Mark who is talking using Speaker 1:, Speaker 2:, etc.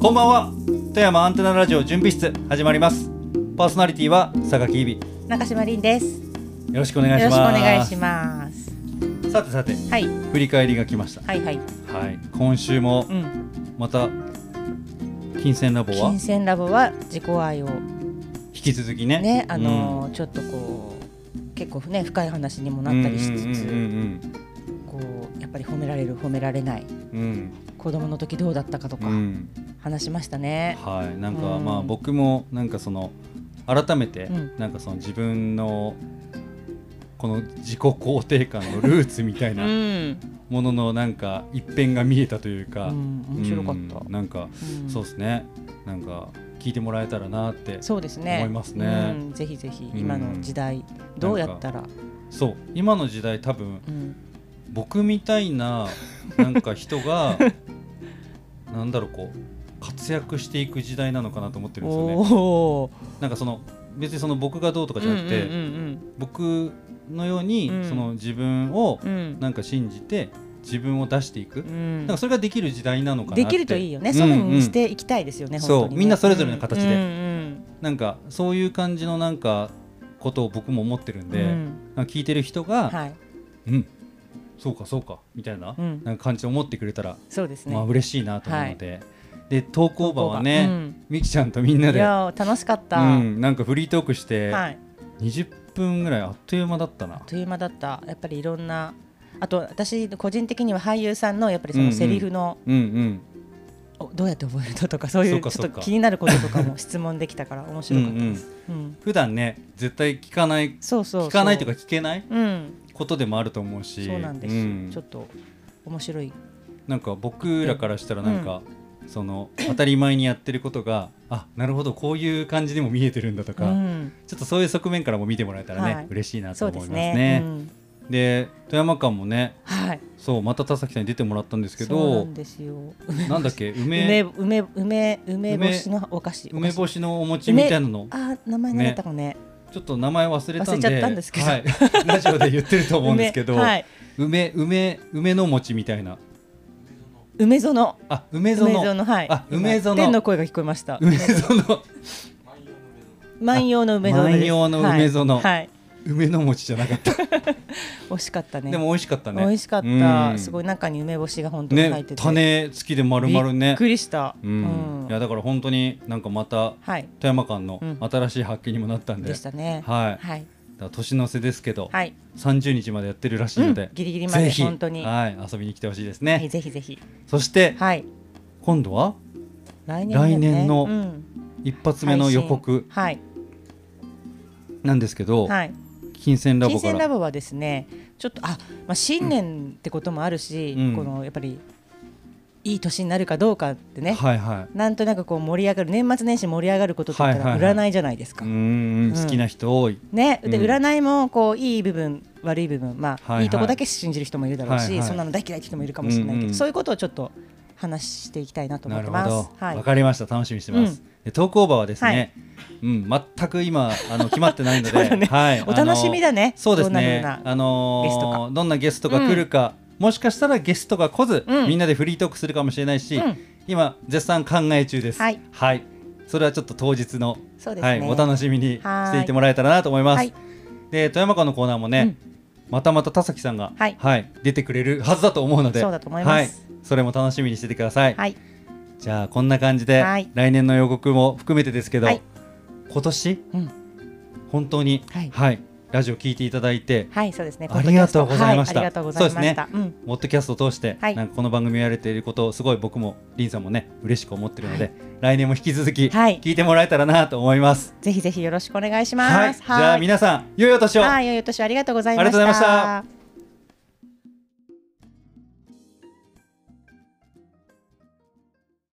Speaker 1: こんばんは富山アンテナラジオ準備室始まりますパーソナリティは榊井美よ
Speaker 2: 中島凛です。よ
Speaker 1: ろしくお願
Speaker 2: ろ
Speaker 1: いし
Speaker 2: しくお
Speaker 1: ます
Speaker 2: 願いします。
Speaker 1: さてさて
Speaker 2: はい、
Speaker 1: 振り返りが来ました
Speaker 2: はい、はい、
Speaker 1: はい今週も
Speaker 2: うん、
Speaker 1: また金銭ラボは
Speaker 2: 金銭ラボは自己愛を
Speaker 1: 引き続きね
Speaker 2: ね、あのー
Speaker 1: うん
Speaker 2: ちょっとこう。結構ね、深い話にもなったりしつつ、
Speaker 1: うん
Speaker 2: こう、やっぱり褒められる、褒められない。
Speaker 1: うんうんうん
Speaker 2: 子供の時どうだったかと
Speaker 1: う
Speaker 2: か
Speaker 1: ん、うん
Speaker 2: 話しましたね。
Speaker 1: はいなんか
Speaker 2: うん
Speaker 1: まあ僕もなんかその改めて
Speaker 2: うん
Speaker 1: なんかその自分のこの自己肯定感のルーツみたい
Speaker 2: うん、
Speaker 1: なもののなんか一辺が見えたというか、
Speaker 2: うん面白かった。
Speaker 1: うんなんか
Speaker 2: うん
Speaker 1: そうですねなんか聞いてもらえたらなって
Speaker 2: そうですね。
Speaker 1: 思いますね
Speaker 2: うん、ぜひぜひ、今の時代、どうやったら、
Speaker 1: そう今の時代多分
Speaker 2: うん、
Speaker 1: 僕みたいななんか人 がなんだろうこう活躍していく時代なのかなと思ってるんですよね。
Speaker 2: おお、
Speaker 1: なんかその別にその僕がどうとかじゃなくて、
Speaker 2: うんうん
Speaker 1: 僕のように、
Speaker 2: うん
Speaker 1: その自分を
Speaker 2: うんうん、
Speaker 1: なんか信じて自分を出していく、
Speaker 2: うん
Speaker 1: なんかそれができる時代なのかなって
Speaker 2: できるといいよね、
Speaker 1: うん
Speaker 2: そういうふうにしていきたいですよね、
Speaker 1: そう
Speaker 2: 本当にね
Speaker 1: みんなそれぞれの形で
Speaker 2: うんうん
Speaker 1: なんかそういう感じのなんかことを僕も思ってるん
Speaker 2: うん
Speaker 1: で、
Speaker 2: うん
Speaker 1: なんか聞いてる人が、
Speaker 2: はい、
Speaker 1: うんそうかそうかみたいな,、
Speaker 2: うん
Speaker 1: なんか感じで思ってくれたら、
Speaker 2: そうですね。
Speaker 1: まあ嬉しいなと思うので、で投稿場はね、
Speaker 2: うん
Speaker 1: みきちゃんとみん ないで、
Speaker 2: やー楽しかった、
Speaker 1: うん、なんかフリートークして、
Speaker 2: はい、
Speaker 1: 20分ぐらいあっという間だったな
Speaker 2: あっ。という間だった、やっぱりいろんな、あと私個人的には俳優さんのやっぱりそ
Speaker 1: うんう
Speaker 2: の
Speaker 1: ん
Speaker 2: セリフの、
Speaker 1: うんうん、
Speaker 2: おどうやって覚えるのとかそうい
Speaker 1: そう
Speaker 2: う
Speaker 1: か
Speaker 2: ちょっ
Speaker 1: そう
Speaker 2: と
Speaker 1: か
Speaker 2: 気になることとかも質問できたから面白かったです。うん
Speaker 1: 普段ね絶対聞かない
Speaker 2: そうそうそう
Speaker 1: 聞かないというか聞けない
Speaker 2: うん、
Speaker 1: ことでもあると思うし
Speaker 2: そうなんです、
Speaker 1: うん
Speaker 2: ちょっと面白い、
Speaker 1: なんか僕らからしたらなんか、その当たり前にやってることがあなるほどこういう感じにも見えてるんだと
Speaker 2: う
Speaker 1: か、
Speaker 2: ん、
Speaker 1: ちょっとそういう側面からも見てもらえたらね、
Speaker 2: はい
Speaker 1: 嬉しいなと
Speaker 2: そう
Speaker 1: 思い
Speaker 2: で
Speaker 1: ますす
Speaker 2: ね。
Speaker 1: ね。
Speaker 2: うん
Speaker 1: で富山間もね
Speaker 2: はい、
Speaker 1: そうまた田崎さんに出てもらったんですけ
Speaker 2: そうな
Speaker 1: ど
Speaker 2: んですよ。
Speaker 1: なんだっけ梅
Speaker 2: 梅梅梅梅干しのお菓子。
Speaker 1: 梅
Speaker 2: お
Speaker 1: 干
Speaker 2: 菓子。
Speaker 1: しのお餅みたいなの
Speaker 2: あー、名前何だったかね。
Speaker 1: ちょっと名前忘れたんで
Speaker 2: 忘れちゃったんですけど
Speaker 1: はい、 ラジオで言ってると思うんですけど
Speaker 2: 梅はい。
Speaker 1: 梅梅梅の餅みたいな
Speaker 2: 梅園の
Speaker 1: あ梅
Speaker 2: 梅
Speaker 1: 園
Speaker 2: 園のはい。
Speaker 1: あ梅園
Speaker 2: 今天の声が聞こえました。
Speaker 1: 梅園の
Speaker 2: 万葉の梅園です。
Speaker 1: 万葉の梅園
Speaker 2: はいはい。
Speaker 1: 梅の餅じゃなかった、
Speaker 2: 美味しかったね。
Speaker 1: でも美味しかったね
Speaker 2: 美味しかった。すご
Speaker 1: い
Speaker 2: い中に梅干しが本当に入っ
Speaker 1: ね
Speaker 2: てて。
Speaker 1: 種付きで丸々
Speaker 2: び
Speaker 1: ね
Speaker 2: っくりした。
Speaker 1: う
Speaker 2: うんん
Speaker 1: い。やだから本当になんかまた
Speaker 2: はい。
Speaker 1: 富山間の
Speaker 2: うん
Speaker 1: 新しい発見にもなったんで、
Speaker 2: でしたね。
Speaker 1: はい、だか
Speaker 2: はい。
Speaker 1: ら年の瀬ですけど、
Speaker 2: はい。
Speaker 1: 30日までやってるらしいうの
Speaker 2: ん
Speaker 1: で、
Speaker 2: ギリギリま
Speaker 1: ぜ
Speaker 2: で
Speaker 1: ひ
Speaker 2: 本当に。は
Speaker 1: はい遊びに来てほしいですね、
Speaker 2: い。ぜひぜひ。
Speaker 1: そして、
Speaker 2: はい。
Speaker 1: 今度は
Speaker 2: 来年だよね
Speaker 1: 来年の
Speaker 2: うん
Speaker 1: 一発目の予告
Speaker 2: 配信
Speaker 1: なんですけど、
Speaker 2: はい。はい。
Speaker 1: 金銭ラボ
Speaker 2: 金
Speaker 1: か
Speaker 2: 銭ラ
Speaker 1: ら
Speaker 2: ボはですねちょっとあ、まあ、新年ってこともあるし、
Speaker 1: うん
Speaker 2: このやっぱりいい年になるかどうかってね、
Speaker 1: はいは
Speaker 2: なんとなくこう盛り上がる年末年始盛り上がることって言った
Speaker 1: は
Speaker 2: ら
Speaker 1: いはいはい
Speaker 2: 占いじゃないですか。
Speaker 1: いうん好きな人多い、
Speaker 2: ね、で
Speaker 1: うん
Speaker 2: 占いもこういい部分悪い部分、まあ
Speaker 1: はい
Speaker 2: い
Speaker 1: はい
Speaker 2: とこだけ信じる人もいるだろうし、
Speaker 1: はいはい
Speaker 2: そんなの大嫌いって人もいるかもしれないけど、
Speaker 1: うんうん
Speaker 2: そういうことをちょっと話していきたいなと思
Speaker 1: な
Speaker 2: っ
Speaker 1: る
Speaker 2: て
Speaker 1: ほ
Speaker 2: ます。
Speaker 1: ど、
Speaker 2: は
Speaker 1: わ
Speaker 2: い、
Speaker 1: かりました楽しみにしてます、で投稿場はですね、
Speaker 2: はい
Speaker 1: うん全く今あの決まってないの
Speaker 2: そう
Speaker 1: で、
Speaker 2: だね
Speaker 1: はい
Speaker 2: お楽しみだね
Speaker 1: あのそうです
Speaker 2: どんな風
Speaker 1: ね
Speaker 2: な
Speaker 1: あのー
Speaker 2: ゲスト
Speaker 1: どんなゲストが来るか、もしかしたらゲストが来ず、
Speaker 2: うん
Speaker 1: みんなでフリートークするかもしれないし、
Speaker 2: うん
Speaker 1: 今絶賛考え中です
Speaker 2: はい、
Speaker 1: それはちょっと当日の、
Speaker 2: そうです
Speaker 1: は
Speaker 2: ね。
Speaker 1: い、お楽しみにしていてもらえたらなと思います、
Speaker 2: はい
Speaker 1: で富山間のコーナーもね、またまた田崎さんが、
Speaker 2: はい
Speaker 1: 出てくれるはずだと思うので
Speaker 2: そうだと思います
Speaker 1: はい、それも楽しみにしててください、
Speaker 2: はい、
Speaker 1: じゃあこんな感じで、
Speaker 2: はい
Speaker 1: 来年の予告も含めてですけど、
Speaker 2: はい
Speaker 1: 今年
Speaker 2: うん、
Speaker 1: 本当に、
Speaker 2: はい
Speaker 1: ラジオ聞いていただいて
Speaker 2: はい、そうですね。
Speaker 1: ありがとうございました
Speaker 2: はいありがとうございました。うん
Speaker 1: モッドキャストを通して、
Speaker 2: はい
Speaker 1: なんかこの番組をやれていることをすごい僕もリンさんもね嬉しく思ってるので、
Speaker 2: は
Speaker 1: 来年も引き続き
Speaker 2: はい
Speaker 1: 聞いてもらえたらなと思います。
Speaker 2: ぜひぜひよろしくお願いし
Speaker 1: は
Speaker 2: ま
Speaker 1: い、
Speaker 2: す。
Speaker 1: じゃあ皆さん良いお年を。
Speaker 2: はい、良いお年をありがとうございました。
Speaker 1: ありがとうございました。